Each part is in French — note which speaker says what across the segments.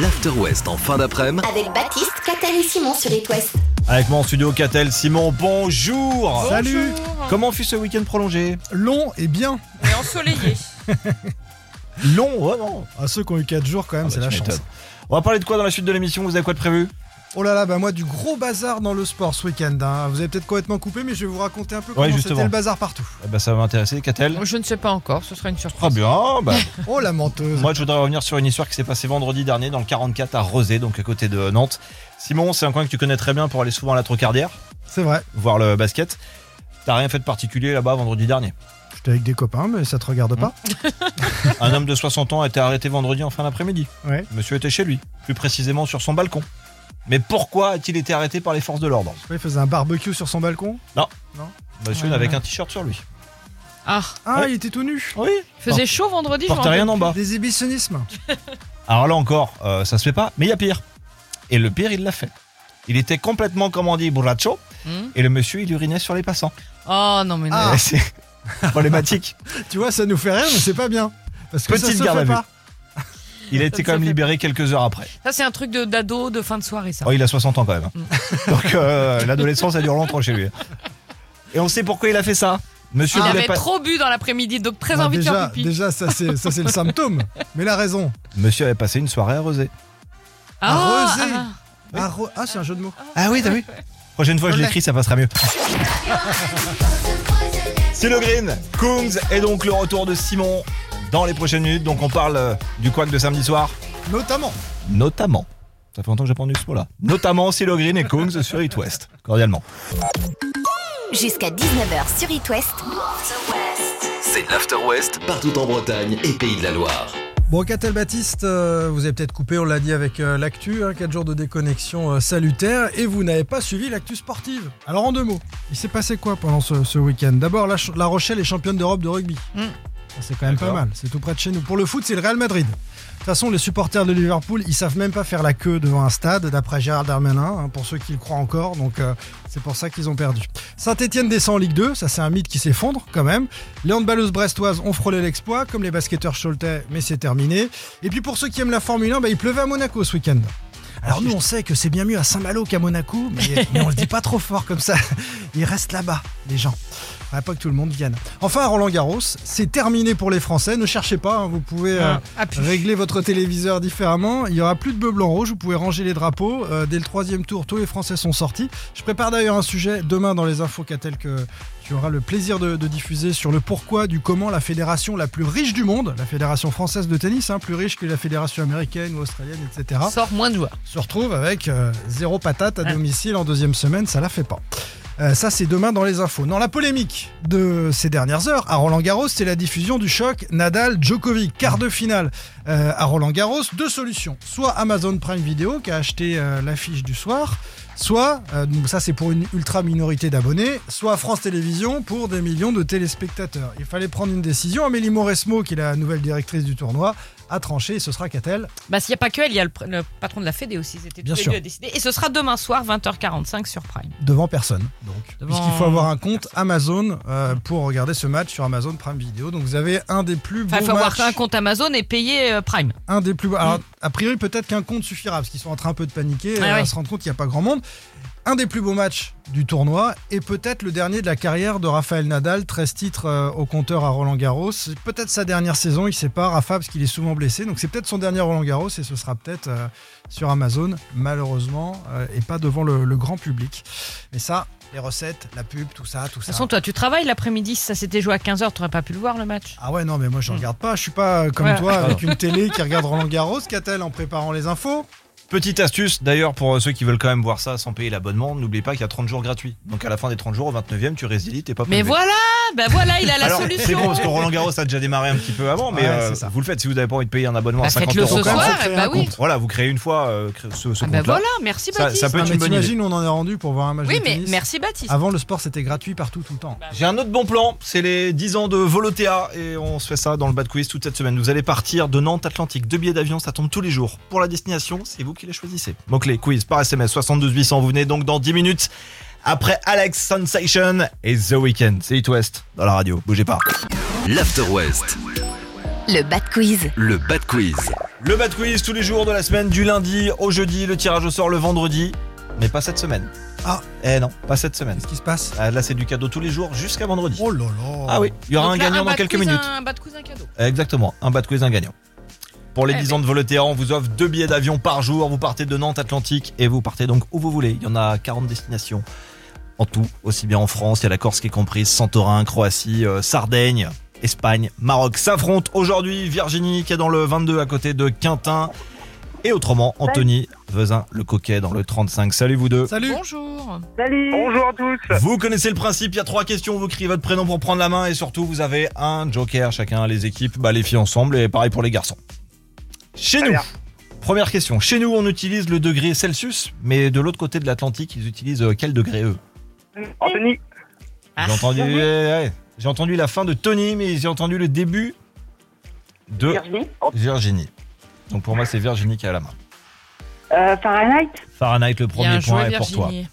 Speaker 1: l'After West en fin d'après-midi.
Speaker 2: Avec Baptiste, Catel et Simon sur It West.
Speaker 3: Avec mon studio Catel, Simon, bonjour Ah
Speaker 4: Salut
Speaker 3: Comment fut ce week-end prolongé
Speaker 4: Long et bien
Speaker 5: mais ensoleillé.
Speaker 3: Long, vraiment
Speaker 4: À Ah, ceux qui ont eu 4 jours quand même,
Speaker 3: Ah bah,
Speaker 4: c'est la
Speaker 3: tu
Speaker 4: chance.
Speaker 3: m'étonnes. On va parler de quoi dans la suite de l'émission Vous avez quoi de prévu
Speaker 4: Oh là là, bah moi du gros bazar dans le sport ce week-end. hein. Vous avez peut-être complètement coupé, mais je vais vous raconter un peu comment
Speaker 3: justement.
Speaker 4: c'était le bazar partout.
Speaker 3: Eh ben, Ça va m'intéresser, Catel.
Speaker 5: Moi, Je ne sais pas encore, ce sera une surprise.
Speaker 3: Très bien, bah,
Speaker 4: Oh la menteuse
Speaker 3: moi je voudrais revenir sur une histoire qui s'est passée vendredi dernier dans le 44 à Rosé, donc à côté de Nantes. Simon, c'est un coin que tu connais très bien pour aller souvent à la Trocardière,
Speaker 4: C'est vrai,
Speaker 3: voir le basket. T'as rien fait de particulier là-bas vendredi dernier.
Speaker 4: j'étais avec des copains, mais ça te regarde pas.
Speaker 3: Mmh. Un homme de 60 ans a été arrêté vendredi en fin d'après-midi.
Speaker 4: Ouais.
Speaker 3: Le Monsieur était chez lui, plus précisément sur son balcon. Mais pourquoi a-t-il été arrêté par les forces de l'ordre
Speaker 4: Il faisait un barbecue sur son balcon.
Speaker 3: Monsieur
Speaker 5: Ouais.
Speaker 3: n'avait qu'un t-shirt sur lui.
Speaker 5: Ah,
Speaker 4: Ah,
Speaker 3: Ouais.
Speaker 4: il était tout nu
Speaker 3: Oui.
Speaker 5: faisait chaud vendredi
Speaker 3: Porte
Speaker 5: j'en
Speaker 3: rien en
Speaker 5: peux
Speaker 3: bas.
Speaker 4: Des ébitionnismes.
Speaker 3: Alors là encore, euh, ça se fait pas, mais il y a pire. Et le pire, il l'a fait. Il était complètement, comment on dit, borracho,
Speaker 5: plus. Hmm
Speaker 3: et le monsieur, il urinait sur les passants.
Speaker 5: Oh non, mais non.
Speaker 4: Ah.
Speaker 3: Ouais, C'est problématique.
Speaker 4: Tu vois, ça nous fait rire, mais c'est pas bien. Parce que
Speaker 3: Petite
Speaker 4: ça se
Speaker 3: garde à
Speaker 4: fait
Speaker 3: vue.
Speaker 4: pas.
Speaker 3: Il a
Speaker 5: Ça
Speaker 3: été
Speaker 5: me
Speaker 3: quand même
Speaker 5: fait-
Speaker 3: libéré quelques heures après.
Speaker 5: Ça, c'est un truc de- d'ado de fin de soirée, ça.
Speaker 3: Oh, il a 60 ans quand même.
Speaker 5: Hmm.
Speaker 3: Donc euh, l'adolescence, elle dure longtemps chez lui. Et on sait pourquoi il a fait ça. Monsieur
Speaker 5: Ah. il
Speaker 3: voulait
Speaker 5: avait
Speaker 3: pas...
Speaker 5: trop bu dans l'après-midi, donc très
Speaker 4: Bah,
Speaker 5: envie de
Speaker 4: déjà,
Speaker 5: faire pipi.
Speaker 4: déjà, ça c'est ça, c'est le symptôme. Mais la raison.
Speaker 3: Monsieur avait passé une soirée à Rosé.
Speaker 5: Ah,
Speaker 4: arrosé.
Speaker 5: ah.
Speaker 4: Ah, re- ah, c'est un jeu de mots.
Speaker 3: Ah oui, t'as vu Prochaine fois, je
Speaker 4: Olé.
Speaker 3: l'écris, ça passera mieux. C'est le Green. Kungs est donc le retour de Simon dans les prochaines minutes. Donc, on parle euh, du quack de samedi soir,
Speaker 4: Notamment.
Speaker 3: notamment. Ça fait longtemps que j'ai pas entendu ce mot-là. Notamment c'est le Green et Kungs sur It West. Cordialement.
Speaker 2: Jusqu'à 19h sur It West.
Speaker 1: C'est l'After West partout en Bretagne et Pays de la Loire.
Speaker 4: Bon, Catel Baptiste, euh, vous avez peut-être coupé, on l'a dit avec euh, l'actu, 4 jours de déconnexion euh, salutaire, et vous n'avez pas suivi l'actu sportive. Alors en deux mots, il s'est passé quoi pendant ce, ce week-end D'abord, la, Ch- La Rochelle est championne d'Europe de rugby.
Speaker 5: Mm.
Speaker 4: Ça, C'est quand même pas
Speaker 3: D'accord.
Speaker 4: mal, c'est tout près de chez nous. Pour le foot, c'est le Real Madrid. De toute façon, les supporters de Liverpool, ils savent même pas faire la queue devant un stade, d'après Gérard Darmanin, hein, pour ceux qui le croient encore, donc euh, c'est pour ça qu'ils ont perdu. Saint-Etienne descend en Ligue 2, ça c'est un mythe qui s'effondre quand même. Les handballeuses brestoises ont frôlé l'exploit, comme les basketteurs choltais, mais c'est terminé. Et puis pour ceux qui aiment la Formule 1, bah, il pleuvait à Monaco ce week-end. Alors nous on sait que c'est bien mieux à Saint-Malo qu'à Monaco, mais, mais on le dit pas trop fort comme ça. Ils restent là-bas, les gens. Faudrait pas que tout le monde vienne. Enfin, à Roland Garros, c'est terminé pour les Français. Ne cherchez pas, hein, vous pouvez euh,
Speaker 5: Ah, pu-
Speaker 4: régler votre téléviseur différemment. Il y aura plus de bleu, blanc, rouge. Vous pouvez ranger les drapeaux. Euh, dès le troisième tour, tous les Français sont sortis. Je prépare d'ailleurs un sujet demain dans les infos Catel que tu auras le plaisir de, de diffuser sur le pourquoi du comment la fédération la plus riche du monde, la fédération française de tennis, hein, plus riche que la fédération américaine ou australienne, etc
Speaker 5: Sort moins de joueurs.
Speaker 4: se retrouve avec euh, zéro patate à
Speaker 5: Ouais.
Speaker 4: domicile en deuxième semaine, ça la fait pas. Euh, ça, c'est demain dans les infos. Dans la polémique de ces dernières heures, à Roland-Garros, c'est la diffusion du choc Nadal-Djokovic, quart de finale Euh, à Roland-Garros. Deux solutions. Soit Amazon Prime Video, qui a acheté euh, l'affiche du soir, soit, euh, donc ça c'est pour une ultra minorité d'abonnés, soit France Télévisions pour des millions de téléspectateurs. Il fallait prendre une décision. Amélie Mauresmo, qui est la nouvelle directrice du tournoi, a tranché et ce sera qu'a-t-elle
Speaker 5: Bah, s'il n'y a pas que elle, il y a le, pr- le patron de la Fédé aussi. C'était
Speaker 4: Bien
Speaker 5: tous les
Speaker 4: sûr.
Speaker 5: deux à décider. Et ce sera demain soir, 20h45 sur Prime.
Speaker 4: devant personne. Donc,
Speaker 5: Devant-
Speaker 4: puisqu'il faut avoir un compte Amazon euh, pour regarder ce match sur Amazon Prime Video. Donc vous avez un des plus beaux
Speaker 5: Enfin, il faut
Speaker 4: matchs,
Speaker 5: avoir un compte Amazon et payer euh, Prime.
Speaker 4: un des plus. beaux- Alors, a priori, peut-être qu'un compte suffira parce qu'ils sont en train un peu de paniquer,
Speaker 5: Ah
Speaker 4: euh,
Speaker 5: ouais.
Speaker 4: à se rendre compte qu'il n'y a pas grand monde. Un des plus beaux matchs du tournoi et peut-être le dernier de la carrière de Rafael Nadal, 13 titres euh, au compteur à Roland Garros. C'est peut-être sa dernière saison, il ne sait pas, Rafa, parce qu'il est souvent blessé. Donc c'est peut-être son dernier Roland Garros et ce sera peut-être euh, sur Amazon, malheureusement, euh, et pas devant le, le grand public. Mais ça, les recettes, la pub, tout ça, tout ça.
Speaker 5: De toute façon, toi, tu travailles l'après-midi. Si ça s'était joué à 15h, t'aurais pas pu le voir le match.
Speaker 4: Ah ouais, non, mais moi je
Speaker 5: Hmm.
Speaker 4: regarde pas. Je suis pas euh, comme
Speaker 5: Ouais.
Speaker 4: toi avec une télé qui regarde Roland Garros. Qu'a-t-elle en préparant les infos
Speaker 3: Petite astuce, d'ailleurs, pour euh, ceux qui veulent quand même voir ça sans payer l'abonnement, n'oubliez pas qu'il y a 30 jours gratuits. Donc à la fin des 30 jours, au 29e, tu résilies, t'es pas
Speaker 5: Mais
Speaker 3: prélevé.
Speaker 5: voilà, ben voilà, il a la
Speaker 3: Alors, c'est
Speaker 5: solution.
Speaker 3: bon parce que Roland Garros a déjà démarré un petit peu avant, mais
Speaker 4: Ouais,
Speaker 3: euh,
Speaker 4: c'est ça.
Speaker 3: vous le faites si vous n'avez pas envie de payer un abonnement
Speaker 5: Bah,
Speaker 3: à 50
Speaker 5: faites-le
Speaker 3: euros.
Speaker 5: ce
Speaker 3: quand même,
Speaker 5: soir,
Speaker 3: faut créer
Speaker 5: bah
Speaker 3: un
Speaker 5: oui.
Speaker 3: compte. Voilà, vous créez une fois euh, cré- ce, ce
Speaker 5: Ah bah
Speaker 3: compte-là.
Speaker 5: voilà, merci
Speaker 3: Ça-
Speaker 5: Baptiste.
Speaker 3: ça peut être
Speaker 4: Ah,
Speaker 3: une
Speaker 4: mais
Speaker 3: bonne idée.
Speaker 4: t'imagines, on en est rendu pour voir un match
Speaker 5: Oui,
Speaker 4: de
Speaker 5: mais
Speaker 4: tennis.
Speaker 5: merci
Speaker 3: Ah,
Speaker 5: Baptiste.
Speaker 4: Avant, le sport c'était gratuit partout, tout le temps.
Speaker 3: J'ai un autre bon plan, c'est les 10 ans de Volotea et on se fait ça dans le bas de quiz toute cette semaine. Vous allez partir de Nantes Atlantique, deux billets d'avion, ça tombe tous les jours. Pour la destination, c'est vous qui la choisissez. Mot-clé quiz par SMS 72 800, vous venez donc dans 10 minutes après Alex Sensation et The Weeknd. C'est It West dans la radio, bougez pas.
Speaker 1: L'After West
Speaker 2: le Bad Quiz.
Speaker 1: Le Bad Quiz.
Speaker 3: Le Bad Quiz tous les jours de la semaine, du lundi au jeudi, le tirage au sort le vendredi, mais pas cette semaine.
Speaker 4: Ah.
Speaker 3: Eh non, pas cette semaine.
Speaker 4: Qu'est-ce qui se passe
Speaker 3: Ah, Là, c'est du cadeau tous les jours jusqu'à vendredi.
Speaker 4: Oh là là.
Speaker 3: Ah oui, il y aura
Speaker 5: Donc
Speaker 3: un
Speaker 5: là,
Speaker 3: gagnant dans
Speaker 5: bad
Speaker 3: quelques
Speaker 5: quiz,
Speaker 3: minutes.
Speaker 5: Un bad quiz, un cadeau.
Speaker 3: Exactement, un bad quiz, un gagnant. Pour les
Speaker 5: Eh
Speaker 3: 10 ans de Volotea, on vous offre deux billets d'avion par jour. Vous partez de Nantes Atlantique et vous partez donc où vous voulez. Il y en a 40 destinations en tout, aussi bien en France, il y a la Corse qui est comprise, Santorin, Croatie, euh, Sardaigne, Espagne, Maroc s'affrontent aujourd'hui. Virginie qui est dans le 22 à côté de Quintin. Et autrement, Anthony Vezin, le coquet dans le 35. Salut vous deux.
Speaker 4: Salut.
Speaker 5: Bonjour.
Speaker 6: Salut.
Speaker 7: Bonjour à tous.
Speaker 3: Vous connaissez le principe, il y a trois questions, vous criez votre prénom pour prendre la main et surtout vous avez un joker chacun, les équipes, bah, les filles ensemble et pareil pour les garçons. Chez nous,
Speaker 7: bien.
Speaker 3: première question, chez nous on utilise le degré Celsius, mais de l'autre côté de l'Atlantique ils utilisent euh, quel degré eux
Speaker 7: Anthony,
Speaker 3: J'ai
Speaker 5: Ah.
Speaker 3: entendu, ouais, ouais. J'ai entendu la fin de Tony, mais j'ai entendu le début de
Speaker 6: Virginie.
Speaker 3: Virginie. Donc pour moi c'est Virginie qui a la main.
Speaker 6: Euh, Fahrenheit.
Speaker 3: Fahrenheit, le
Speaker 5: Bien
Speaker 3: premier
Speaker 5: joué,
Speaker 3: point est pour toi.
Speaker 5: Virginie.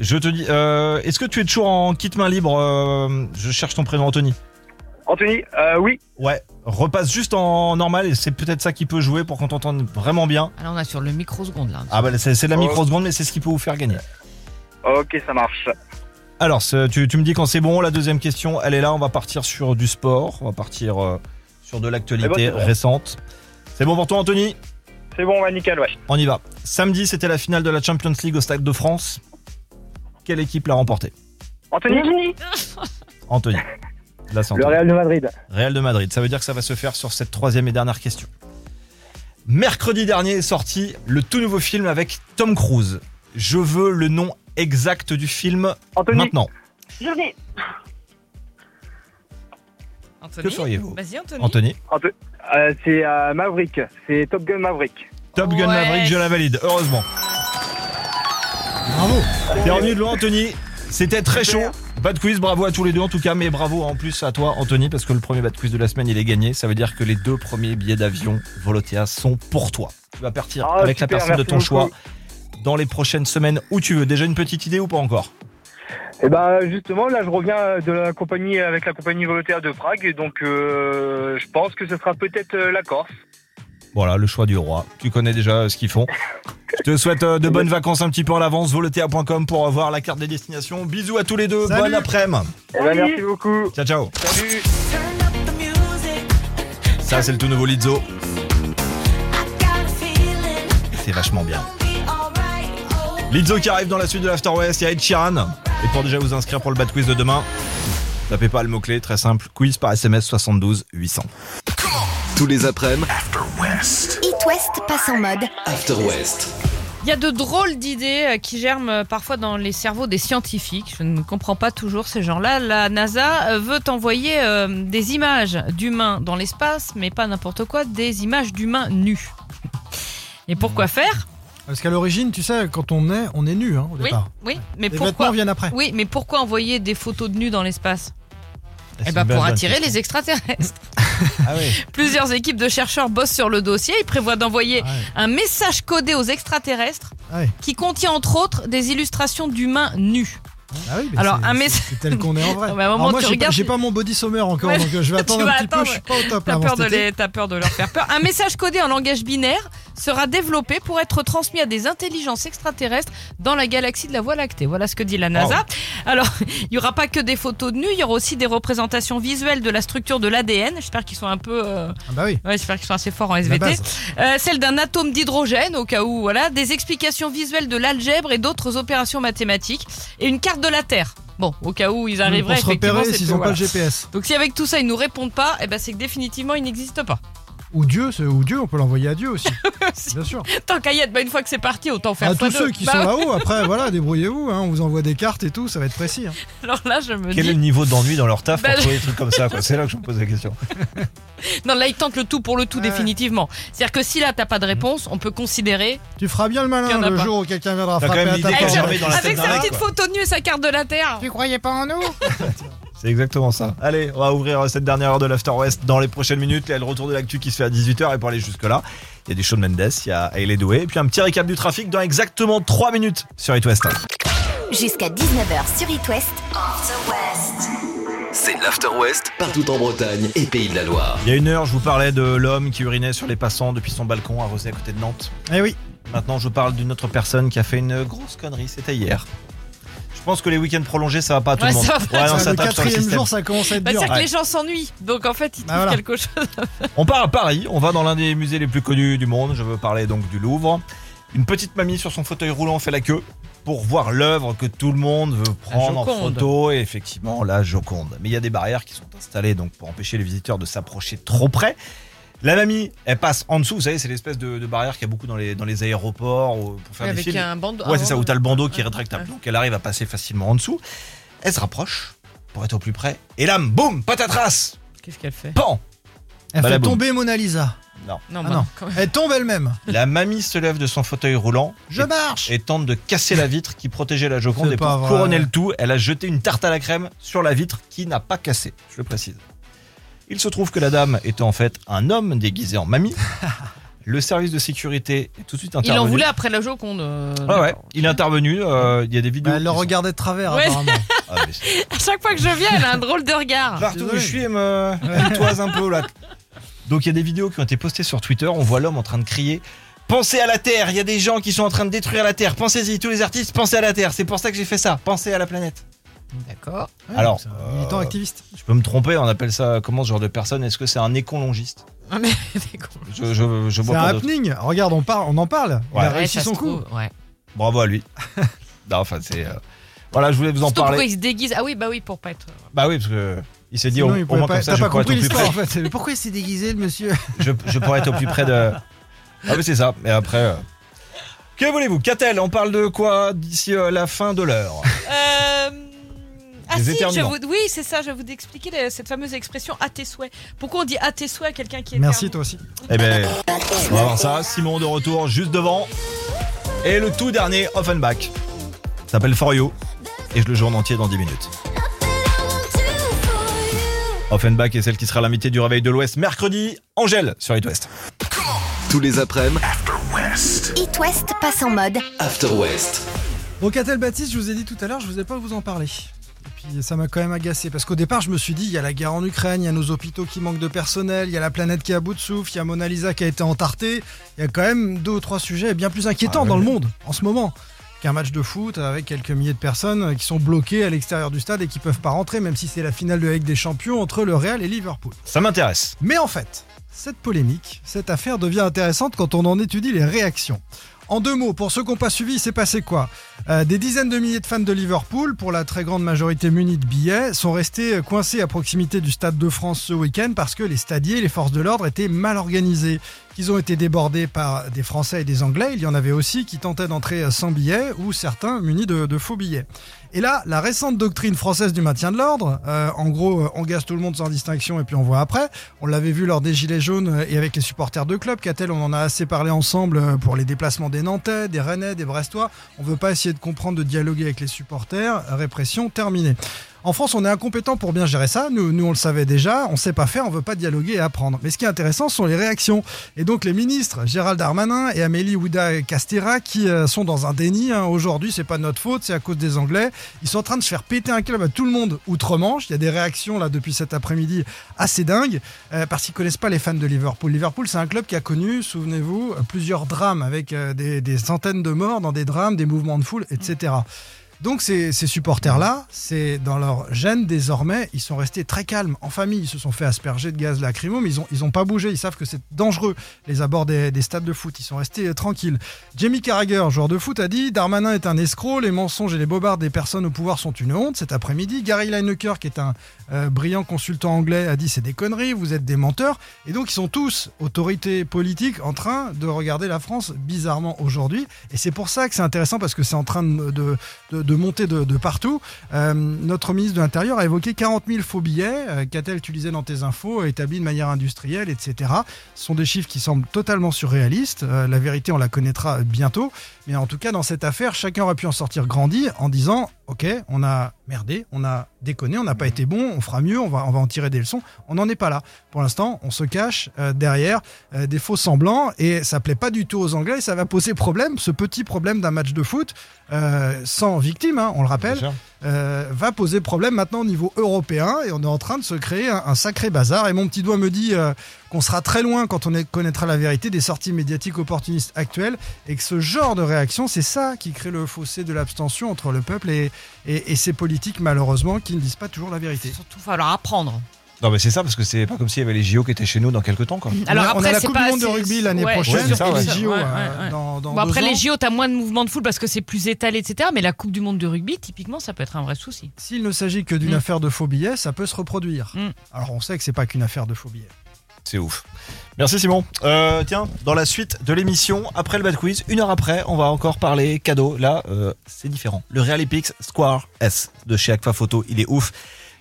Speaker 3: Je te dis, euh, est-ce que tu es toujours en kit main libre euh, Je cherche ton prénom Anthony.
Speaker 7: Anthony, euh, oui,
Speaker 3: Ouais, repasse juste en normal et c'est peut-être ça qui peut jouer pour qu'on t'entende vraiment bien.
Speaker 5: Alors, on est sur le microseconde là.
Speaker 3: Ah bah c'est c'est de la
Speaker 7: Oh.
Speaker 3: microseconde mais c'est ce qui peut vous faire gagner.
Speaker 7: ok, ça marche.
Speaker 3: Alors ce- tu, tu me dis quand c'est bon, la deuxième question elle est là, on va partir sur du sport, on va partir euh, sur de l'actualité
Speaker 7: Eh ben, c'est bon.
Speaker 3: récente. C'est bon pour toi Anthony
Speaker 7: C'est bon, ouais, nickel, ouais.
Speaker 3: On y va. Samedi c'était la finale de la Champions League au Stade de France. Quelle équipe l'a remportée
Speaker 7: Anthony,
Speaker 3: Anthony. Là c'est Anthony.
Speaker 7: de Madrid.
Speaker 3: Real de Madrid. Ça veut dire que ça va se faire sur cette troisième et dernière question. Mercredi dernier est sorti le tout nouveau film avec Tom Cruise. Je veux le nom exact du film
Speaker 7: Anthony,
Speaker 3: maintenant.
Speaker 6: Journée.
Speaker 5: Anthony.
Speaker 3: Que feriez-vous
Speaker 5: Vas-y, Anthony.
Speaker 3: Anthony.
Speaker 7: euh, c'est euh, Maverick, c'est Top Gun Maverick.
Speaker 3: Top Gun
Speaker 5: Ouais.
Speaker 3: Maverick, je la valide, heureusement.
Speaker 4: Bravo.
Speaker 3: T'es revenu de loin, Anthony. C'était très chaud. Pas de quiz, bravo à tous les deux en tout cas, mais bravo en plus à toi, Anthony, parce que le premier bad quiz de la semaine, il est gagné. Ça veut dire que les deux premiers billets d'avion Volotea sont pour toi. Tu vas partir
Speaker 7: Ah,
Speaker 3: avec la
Speaker 7: super,
Speaker 3: personne de
Speaker 7: merci
Speaker 3: ton choix
Speaker 7: beaucoup.
Speaker 3: dans les prochaines semaines où tu veux. Déjà une petite idée ou pas encore
Speaker 7: Et bah justement, là, je reviens euh, de la compagnie avec la compagnie volontaire de Prague, et donc euh, je pense que ce sera peut-être euh, la Corse.
Speaker 3: Voilà, le choix du roi. Tu connais déjà euh, ce qu'ils font. Je te souhaite euh, de bonnes vacances un petit peu en avance. Volotea.com pour avoir la carte des destinations. Bisous à tous les deux.
Speaker 4: Salut.
Speaker 3: Bonne après-midi.
Speaker 7: Eh ben, merci beaucoup.
Speaker 3: Ciao, ciao.
Speaker 7: Salut.
Speaker 3: Ça, c'est le tout nouveau Lizzo. C'est vachement bien. Lizzo qui arrive dans la suite de l'After West. Il y a Ed Sheeran. Et pour déjà vous inscrire pour le bad quiz de demain, tapez pas le mot-clé. Très simple. Quiz par SMS 72 800.
Speaker 5: Eh
Speaker 1: Tous les après-midi,
Speaker 2: It West passe en mode
Speaker 1: After West.
Speaker 5: Il y a de drôles d'idées euh, qui germent euh, parfois dans les cerveaux des scientifiques. Je ne comprends pas toujours ces gens-là. La NASA euh, veut envoyer euh, des images d'humains dans l'espace, mais pas n'importe quoi, des images d'humains nus. Et
Speaker 3: Hmm.
Speaker 5: pourquoi faire
Speaker 4: Parce qu'à l'origine, tu sais, quand on est, on est nu hein, au
Speaker 5: Oui,
Speaker 4: départ.
Speaker 5: oui, mais
Speaker 4: Les
Speaker 5: pourquoi
Speaker 4: vêtements viennent après.
Speaker 5: Oui, mais pourquoi envoyer des photos de nus dans l'espace Eh
Speaker 3: C'est
Speaker 5: ben
Speaker 3: une
Speaker 5: pour
Speaker 3: bonne
Speaker 5: attirer
Speaker 3: question.
Speaker 5: les extraterrestres.
Speaker 3: Ah oui.
Speaker 5: Plusieurs équipes de chercheurs bossent sur le dossier. Ils prévoient d'envoyer
Speaker 4: Ah Ouais,
Speaker 3: Ah.
Speaker 5: un message codé aux extraterrestres
Speaker 4: ouais.
Speaker 5: qui contient entre autres des illustrations d'humains nus.
Speaker 4: Ah oui, mais
Speaker 5: Alors,
Speaker 4: c'est-
Speaker 5: un
Speaker 4: c'est-
Speaker 5: message-
Speaker 4: c'est tel qu'on est en vrai.
Speaker 5: Non, mais à un moment,
Speaker 4: Alors moi,
Speaker 5: tu
Speaker 4: j'ai pas-
Speaker 5: regardes-
Speaker 4: j'ai pas, mon body summer encore,
Speaker 5: Ouais,
Speaker 4: donc euh, je vais
Speaker 5: tu
Speaker 4: attendre
Speaker 5: vas
Speaker 4: un petit peu.
Speaker 5: attendre.
Speaker 4: Je suis pas au top là.
Speaker 5: T'as
Speaker 4: avant
Speaker 5: peur, de
Speaker 4: cet été.
Speaker 5: les- t'as peur de leur faire peur. Un message codé en langage binaire sera développé pour être transmis à des intelligences extraterrestres dans la galaxie de la Voie lactée. Voilà ce que dit la NASA. Alors, il n'y aura pas que des photos de nus, il y aura aussi des représentations visuelles de la structure de l'ADN. J'espère qu'ils sont un peu... euh,
Speaker 4: Ah bah oui.
Speaker 5: Ouais, j'espère qu'ils sont assez forts en
Speaker 4: la
Speaker 5: SVT.
Speaker 4: base.
Speaker 5: Euh, celle d'un atome d'hydrogène, au cas où, voilà. Des explications visuelles de l'algèbre et d'autres opérations mathématiques. Et une carte de la Terre. Bon, au cas où ils arriveraient
Speaker 4: Pour se
Speaker 5: effectivement,
Speaker 4: repérer
Speaker 5: c'est
Speaker 4: s'ils
Speaker 5: peu,
Speaker 4: n'ont pas
Speaker 5: voilà.
Speaker 4: le GPS.
Speaker 5: Donc si avec tout ça ils nous répondent pas, eh ben c'est que définitivement ils n'existent pas.
Speaker 4: Ou Dieu, c'est- ou Dieu, on peut l'envoyer à Dieu aussi. Bien sûr.
Speaker 5: Tant qu'à y être, bah, une fois que c'est parti, autant faire
Speaker 4: À
Speaker 5: fois
Speaker 4: Ah, tous
Speaker 5: deux.
Speaker 4: ceux qui
Speaker 5: Bah,
Speaker 4: sont là-haut, après, voilà, débrouillez-vous. hein, on vous envoie des cartes et tout, ça va être précis. hein.
Speaker 5: Alors là, je me
Speaker 3: Quel est
Speaker 5: dis,
Speaker 3: le niveau d'ennui dans leur taf
Speaker 5: Bah,
Speaker 3: pour trouver des trucs comme ça quoi C'est là que je me pose la question.
Speaker 5: non là ils tentent le tout pour le tout
Speaker 4: Ouais. Mmh.
Speaker 5: définitivement. C'est-à-dire que si là t'as pas de réponse, on peut considérer
Speaker 4: Tu feras bien le
Speaker 5: Il y
Speaker 4: malin
Speaker 5: en a
Speaker 4: le
Speaker 5: pas.
Speaker 4: jour où quelqu'un viendra
Speaker 3: T'as quand
Speaker 4: frapper
Speaker 3: même
Speaker 4: à
Speaker 3: l'idée
Speaker 4: ta
Speaker 5: qu'en
Speaker 4: porte.
Speaker 5: germer
Speaker 3: dans la tête
Speaker 5: avec
Speaker 3: d'un
Speaker 5: sa
Speaker 3: mec,
Speaker 5: petite
Speaker 3: quoi.
Speaker 5: photo nue et sa carte de la terre.
Speaker 4: Tu croyais pas en nous
Speaker 3: C'est exactement ça. Allez, on va ouvrir euh, cette dernière heure de l'After West dans les prochaines minutes. Il y a le retour de l'actu qui se fait à 18h et pour aller jusque-là, il y a du show de Mendes, il y a Hailey Doué. Et puis un petit récap du trafic dans exactement 3 minutes sur It West.
Speaker 2: jusqu'à 19h sur It West.
Speaker 1: C'est l'After West. partout en Bretagne et Pays de la Loire.
Speaker 3: Il y a une heure, je vous parlais de l'homme qui urinait sur les passants depuis son balcon à Rosé à côté de Nantes.
Speaker 4: Eh oui,
Speaker 3: Maintenant, je parle d'une autre personne qui a fait une grosse connerie, c'était hier. Je pense que les week-ends prolongés, ça va pas à tout
Speaker 5: Ouais,
Speaker 3: le monde.
Speaker 5: ça va pas
Speaker 3: Ouais, Ah non,
Speaker 4: ça,
Speaker 3: ça
Speaker 4: le
Speaker 3: tape sur le
Speaker 4: quatrième
Speaker 3: système.
Speaker 4: jour, ça commence à être
Speaker 5: Bah,
Speaker 4: dur.
Speaker 5: C'est-à-dire que
Speaker 3: Ouais.
Speaker 5: les gens s'ennuient, donc en fait ils trouvent
Speaker 4: Bah, voilà.
Speaker 5: quelque chose.
Speaker 3: On part à Paris, on va dans l'un des musées les plus connus du monde, je veux parler donc du Louvre. Une petite mamie sur son fauteuil roulant fait la queue pour voir l'œuvre que tout le monde veut prendre en
Speaker 5: Joconde.
Speaker 3: photo et effectivement la Joconde. Mais il y a des barrières qui sont installées donc pour empêcher les visiteurs de s'approcher trop près. La mamie, elle passe en dessous, vous savez, c'est l'espèce de, de barrière qu'il y a beaucoup dans les, dans les aéroports ou pour faire des
Speaker 5: Avec
Speaker 3: films.
Speaker 5: un bandeau.
Speaker 3: Ah,
Speaker 5: Ah, oh.
Speaker 3: Ouais, c'est ça, où t'as le bandeau qui est rétractable.
Speaker 5: Ouais.
Speaker 3: Donc elle arrive à passer facilement en dessous. Elle se rapproche pour être au plus près. Et là, boum, patatras,
Speaker 5: Qu'est-ce qu'elle fait
Speaker 3: pan.
Speaker 4: Elle
Speaker 3: Bah, la
Speaker 4: fait
Speaker 3: boum.
Speaker 4: tomber Mona Lisa.
Speaker 3: Non.
Speaker 5: Non,
Speaker 4: Ah,
Speaker 5: bah,
Speaker 4: non.
Speaker 5: quand même.
Speaker 4: Elle tombe elle-même.
Speaker 3: La mamie se lève de son fauteuil roulant
Speaker 4: Je marche.
Speaker 3: et tente de casser la vitre qui protégeait la Joconde.
Speaker 4: C'est
Speaker 3: Et pour
Speaker 4: pas vrai.
Speaker 3: couronner le tout, elle a jeté une tarte à la crème sur la vitre qui n'a pas cassé, je le précise. Il se trouve que la dame était en fait un homme déguisé en mamie. Le service de sécurité est tout de suite
Speaker 5: Il
Speaker 3: intervenu.
Speaker 5: en voulait après la Joconde. euh,
Speaker 4: Ah
Speaker 3: Ouais, ouais,
Speaker 5: d'accord.
Speaker 3: il est intervenu. euh, Il y a des vidéos.
Speaker 4: Bah, elle le
Speaker 3: qui sont-
Speaker 4: regardait de travers,
Speaker 5: Ouais.
Speaker 4: apparemment.
Speaker 3: Ah, mais c'est-
Speaker 5: À chaque fois que je viens, elle a un drôle de
Speaker 4: Bah,
Speaker 5: regard.
Speaker 3: Partout où je suis, elle
Speaker 4: euh,
Speaker 3: me elle me toise un peu là. Donc il y a des vidéos qui ont été postées sur Twitter. On voit l'homme en train de crier. Pensez à la terre, il y a des gens qui sont en train de détruire la terre. Pensez-y, tous les artistes, pensez à la terre. C'est pour ça que j'ai fait ça. Pensez à la planète.
Speaker 5: D'accord.
Speaker 4: Ouais,
Speaker 3: Alors,
Speaker 4: c'est un militant
Speaker 3: euh,
Speaker 4: activiste.
Speaker 3: Je peux me tromper, on appelle ça comment ce genre de personne Est-ce que c'est un écologiste
Speaker 5: Ah, mais t'es con.
Speaker 3: Je, je, je
Speaker 4: C'est
Speaker 3: vois
Speaker 4: un
Speaker 3: pas d'autre.
Speaker 4: happening. Regarde, on, parle, on en parle. Il
Speaker 3: Ouais.
Speaker 4: a
Speaker 5: Ouais,
Speaker 4: réussi
Speaker 5: ça
Speaker 4: son
Speaker 5: se
Speaker 4: coup.
Speaker 5: trouve, Ouais.
Speaker 3: Bravo à lui. non, enfin, c'est. euh, Voilà, je voulais vous en
Speaker 5: Surtout pourquoi
Speaker 3: parler.
Speaker 5: il se déguise Ah oui, bah oui, pour pas être.
Speaker 3: Bah oui, parce que. Il s'est dit,
Speaker 4: Sinon,
Speaker 3: au,
Speaker 4: il
Speaker 3: au
Speaker 4: pouvait
Speaker 3: moins
Speaker 4: pas-
Speaker 3: comme ça,
Speaker 4: T'as
Speaker 3: je
Speaker 4: pas
Speaker 3: pourrais être au
Speaker 4: compris
Speaker 3: plus près.
Speaker 4: l'histoire en fait. Mais Pourquoi il s'est déguisé le monsieur
Speaker 3: je, je pourrais être au plus près de. Ah oui, c'est ça. Mais après. euh, Que voulez-vous Catel, on parle de quoi d'ici euh, la fin de l'heure
Speaker 5: Euh, Ah
Speaker 3: Des
Speaker 5: si, je
Speaker 3: éternuants.
Speaker 5: vous... oui, c'est ça, je vais vous expliquer la- cette fameuse expression à tes souhaits. Pourquoi on dit à tes souhaits à quelqu'un qui est
Speaker 4: Merci
Speaker 5: éternue
Speaker 4: toi aussi.
Speaker 3: Eh ben, on va voir ça. Simon de retour juste devant. Et le tout dernier, Offenbach. Ça s'appelle For You. Et je le joue en entier dans 10 minutes. Offenbach est celle qui sera l'invitée du Réveil de l'Ouest mercredi. Angèle sur It West.
Speaker 1: Tous les après-midi,
Speaker 2: It West passe en mode
Speaker 1: After West.
Speaker 4: Donc Catel Baptiste, je vous ai dit tout à l'heure, je vous ai pas vous en parler. Et puis ça m'a quand même agacé parce qu'au départ je me suis dit il y a la guerre en Ukraine, il y a nos hôpitaux qui manquent de personnel, il y a la planète qui est à bout de souffle, il y a Mona Lisa qui a été entartée, il y a quand même deux ou trois sujets bien plus inquiétants
Speaker 3: Ah oui.
Speaker 4: dans le monde en ce moment qu'un match de foot avec quelques milliers de personnes qui sont bloquées à l'extérieur du stade et qui peuvent pas rentrer même si c'est la finale de la Ligue des Champions entre le Real et Liverpool.
Speaker 3: Ça m'intéresse.
Speaker 4: Mais en fait, cette polémique, cette affaire devient intéressante quand on en étudie les réactions. En deux mots, pour ceux qui n'ont pas suivi, il s'est passé quoi Euh, Des dizaines de milliers de fans de Liverpool, pour la très grande majorité munis de billets, sont restés euh, coincés à proximité du Stade de France ce week-end parce que les stadiers et les forces de l'ordre étaient mal organisés. Ils ont été débordés par des Français et des Anglais, il y en avait aussi qui tentaient d'entrer euh, sans billets ou certains munis de- de faux billets. Et là, la récente doctrine française du maintien de l'ordre, euh, en gros, euh, on gaz tout le monde sans distinction et puis on voit après. On l'avait vu lors des Gilets jaunes euh, et avec les supporters de clubs. Catel, on en a assez parlé ensemble euh, pour les déplacements des Nantais, des Rennais, des Brestois. On veut pas essayer de comprendre, de dialoguer avec les supporters. Répression terminée. En France, on est incompétent pour bien gérer ça. Nous, nous, on le savait déjà. On sait pas faire. On veut pas dialoguer et apprendre. Mais ce qui est intéressant, ce sont les réactions. Et donc, les ministres Gérald Darmanin et Amélie Ouda Castera qui euh, sont dans un déni. hein. Aujourd'hui, c'est pas de notre faute. C'est à cause des Anglais. Ils sont en train de se faire péter un câble à tout le monde outre-Manche. Il y a des réactions là depuis cet après-midi assez dingues euh, parce qu'ils connaissent pas les fans de Liverpool. Liverpool, c'est un club qui a connu, souvenez-vous, euh, plusieurs drames avec euh, des, des centaines de morts dans des drames, des mouvements de foule, etc. Donc ces, ces supporters-là, c'est dans leur gêne désormais, ils sont restés très calmes en famille, ils se sont fait asperger de gaz lacrymo, mais ils ont, ils ont pas bougé, ils savent que c'est dangereux les abords des, des stades de foot, ils sont restés euh, tranquilles. Jamie Carragher, joueur de foot, a dit Darmanin est un escroc, les mensonges et les bobards des personnes au pouvoir sont une honte cet après-midi. Gary Lineker, qui est un euh, brillant consultant anglais, a dit c'est des conneries, vous êtes des menteurs. Et donc ils sont tous, autorités politiques, en train de regarder la France bizarrement aujourd'hui. Et c'est pour ça que c'est intéressant parce que c'est en train de, de, de- de monter de, de partout. Euh, notre ministre de l'Intérieur a évoqué 40 000 faux billets, euh, qu'a-t-elle utilisé dans tes infos, établis de manière industrielle, etc. Ce sont des chiffres qui semblent totalement surréalistes. Euh, la vérité, on la connaîtra bientôt. Mais en tout cas, dans cette affaire, chacun aurait pu en sortir grandi en disant Ok, on a merdé, on a déconné, on n'a pas été bon, on fera mieux, on va, on va en tirer des leçons. On n'en est pas là. Pour l'instant, on se cache euh, derrière euh, des faux semblants et ça plaît pas du tout aux Anglais. et Ça va poser problème, ce petit problème d'un match de foot euh, sans victime, hein, on le rappelle. euh, va poser problème maintenant au niveau européen et on est en train de se créer un, un sacré bazar. Et mon petit doigt me dit euh, qu'on sera très loin quand on est- connaîtra la vérité des sorties médiatiques opportunistes actuelles et que ce genre de réaction, c'est ça qui crée le fossé de l'abstention entre le peuple et, et, et ces politiques malheureusement qui ne disent pas toujours la vérité.
Speaker 5: Surtout, falloir apprendre.
Speaker 3: Non, mais c'est ça, parce que c'est pas comme s'il y avait les JO qui étaient chez nous dans quelques temps, quoi.
Speaker 5: Alors
Speaker 4: on a, on a
Speaker 5: après,
Speaker 4: la
Speaker 5: c'est
Speaker 4: Coupe
Speaker 5: pas
Speaker 4: du Monde de
Speaker 5: assez-
Speaker 4: rugby l'année
Speaker 5: ouais,
Speaker 4: prochaine,
Speaker 3: c'est ça,
Speaker 4: et les
Speaker 5: ouais.
Speaker 4: JO,
Speaker 5: Ouais, ouais,
Speaker 4: euh,
Speaker 5: ouais.
Speaker 4: dans- dans
Speaker 5: Bon, après,
Speaker 4: deux ans.
Speaker 5: les JO, t'as moins de mouvements de foule parce que c'est plus étalé, etc. Mais la Coupe du Monde de rugby, typiquement, ça peut être un vrai souci.
Speaker 4: S'il ne s'agit que d'une
Speaker 5: Mm.
Speaker 4: affaire de faux billets, ça peut se reproduire.
Speaker 5: Mm.
Speaker 4: Alors on sait que c'est pas qu'une affaire de faux billets.
Speaker 3: C'est ouf. Merci Simon. Euh, tiens, dans la suite de l'émission, après le bad quiz, une heure après, on va encore parler cadeau. Là, euh, c'est différent. Le Real Epix Square S de chez Aqua Photo, il est ouf.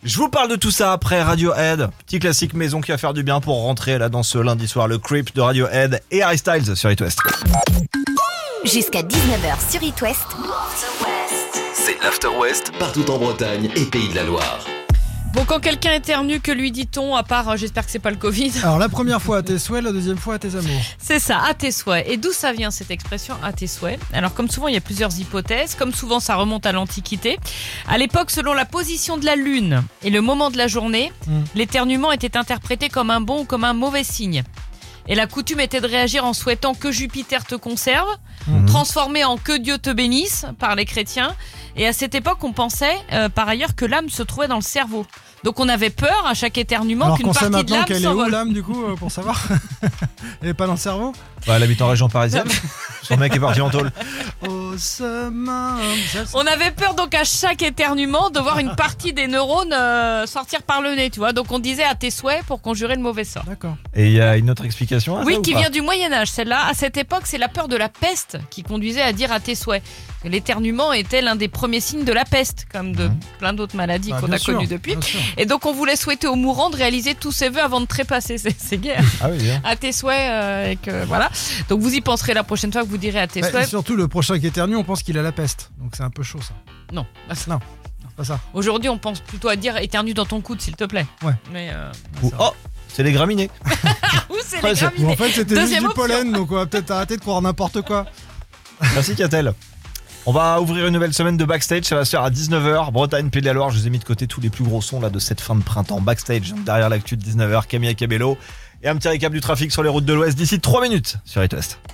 Speaker 3: Je vous parle de tout ça après Radiohead, petit classique maison qui va faire du bien pour rentrer là dans ce lundi soir, le Creep de Radiohead et Harry Styles sur It West.
Speaker 2: Jusqu'à 19h sur It West.
Speaker 1: C'est l'After West partout en Bretagne et Pays de la Loire.
Speaker 5: Bon, quand quelqu'un éternue, que lui dit-on à part euh, j'espère que c'est pas le Covid
Speaker 4: Alors la première fois à tes souhaits, la deuxième fois à tes amours.
Speaker 5: C'est ça, à tes souhaits. Et d'où ça vient cette expression à tes souhaits Alors comme souvent, il y a plusieurs hypothèses. Comme souvent, ça remonte à l'Antiquité. À l'époque, selon la position de la lune et le moment de la journée,
Speaker 4: Mm.
Speaker 5: l'éternuement était interprété comme un bon ou comme un mauvais signe. Et la coutume était de réagir en souhaitant que Jupiter te conserve,
Speaker 4: Mhm.
Speaker 5: transformé en que Dieu te bénisse par les chrétiens. Et à cette époque, on pensait euh, par ailleurs que l'âme se trouvait dans le cerveau. Donc on avait peur à chaque éternuement
Speaker 4: Alors
Speaker 5: qu'une
Speaker 4: qu'on sait
Speaker 5: partie de
Speaker 4: maintenant
Speaker 5: l'âme
Speaker 4: qu'elle est où
Speaker 5: s'envole.
Speaker 4: l'âme du coup euh, pour savoir. Elle est pas dans le cerveau
Speaker 3: Bah, elle habite en région parisienne. Son mec est parti en tôle.
Speaker 4: Au sommet. Ça, c'est-
Speaker 5: On avait peur donc à chaque éternuement de voir une partie des neurones euh, sortir par le nez, tu vois. Donc on disait à tes souhaits pour conjurer le mauvais sort.
Speaker 4: D'accord.
Speaker 3: Et il y a une autre explication
Speaker 4: Ah,
Speaker 3: à ça
Speaker 5: Oui,
Speaker 3: ou
Speaker 5: qui
Speaker 3: pas
Speaker 5: vient du Moyen Âge, celle-là. À cette époque, c'est la peur de la peste qui conduisait à dire à tes souhaits. L'éternuement était l'un des premiers signes de la peste, comme de plein d'autres maladies
Speaker 4: Hein Bah,
Speaker 5: qu'on
Speaker 4: bien
Speaker 5: a
Speaker 4: sûr,
Speaker 5: connues depuis.
Speaker 4: bien sûr.
Speaker 5: Et donc on voulait souhaiter aux mourants de réaliser tous ses vœux avant de trépasser. C'est c'est guère.
Speaker 3: Ah oui, bien.
Speaker 5: À tes souhaits, euh, et que voilà. Donc vous y penserez la prochaine fois que vous direz à tes
Speaker 4: Bah, et
Speaker 5: souhaits.
Speaker 4: surtout le prochain qui éternue, on pense qu'il a la peste. Donc c'est un peu chaud ça.
Speaker 5: Non.
Speaker 4: C'est Pas ça.
Speaker 5: Aujourd'hui, on pense plutôt à dire éternue dans ton coude, s'il te plaît.
Speaker 4: Ouais.
Speaker 5: Mais euh,
Speaker 3: Ou- oh, c'est les graminées.
Speaker 5: où c'est
Speaker 3: Ouais,
Speaker 5: les
Speaker 3: c'est-
Speaker 4: Ou en
Speaker 5: graminées
Speaker 4: fait c'était juste
Speaker 5: Ah, Deuxième
Speaker 4: du
Speaker 5: option.
Speaker 4: pollen, donc on va peut-être arrêter de croire n'importe quoi.
Speaker 3: Merci Catel. On va ouvrir une nouvelle semaine de backstage, ça va se faire à 19h, Bretagne, Pays de la Loire, je vous ai mis de côté tous les plus gros sons là de cette fin de printemps. Backstage, derrière l'actu de 19h, Camille Cabello. Et un petit récap du trafic sur les routes de l'Ouest d'ici 3 minutes sur It West.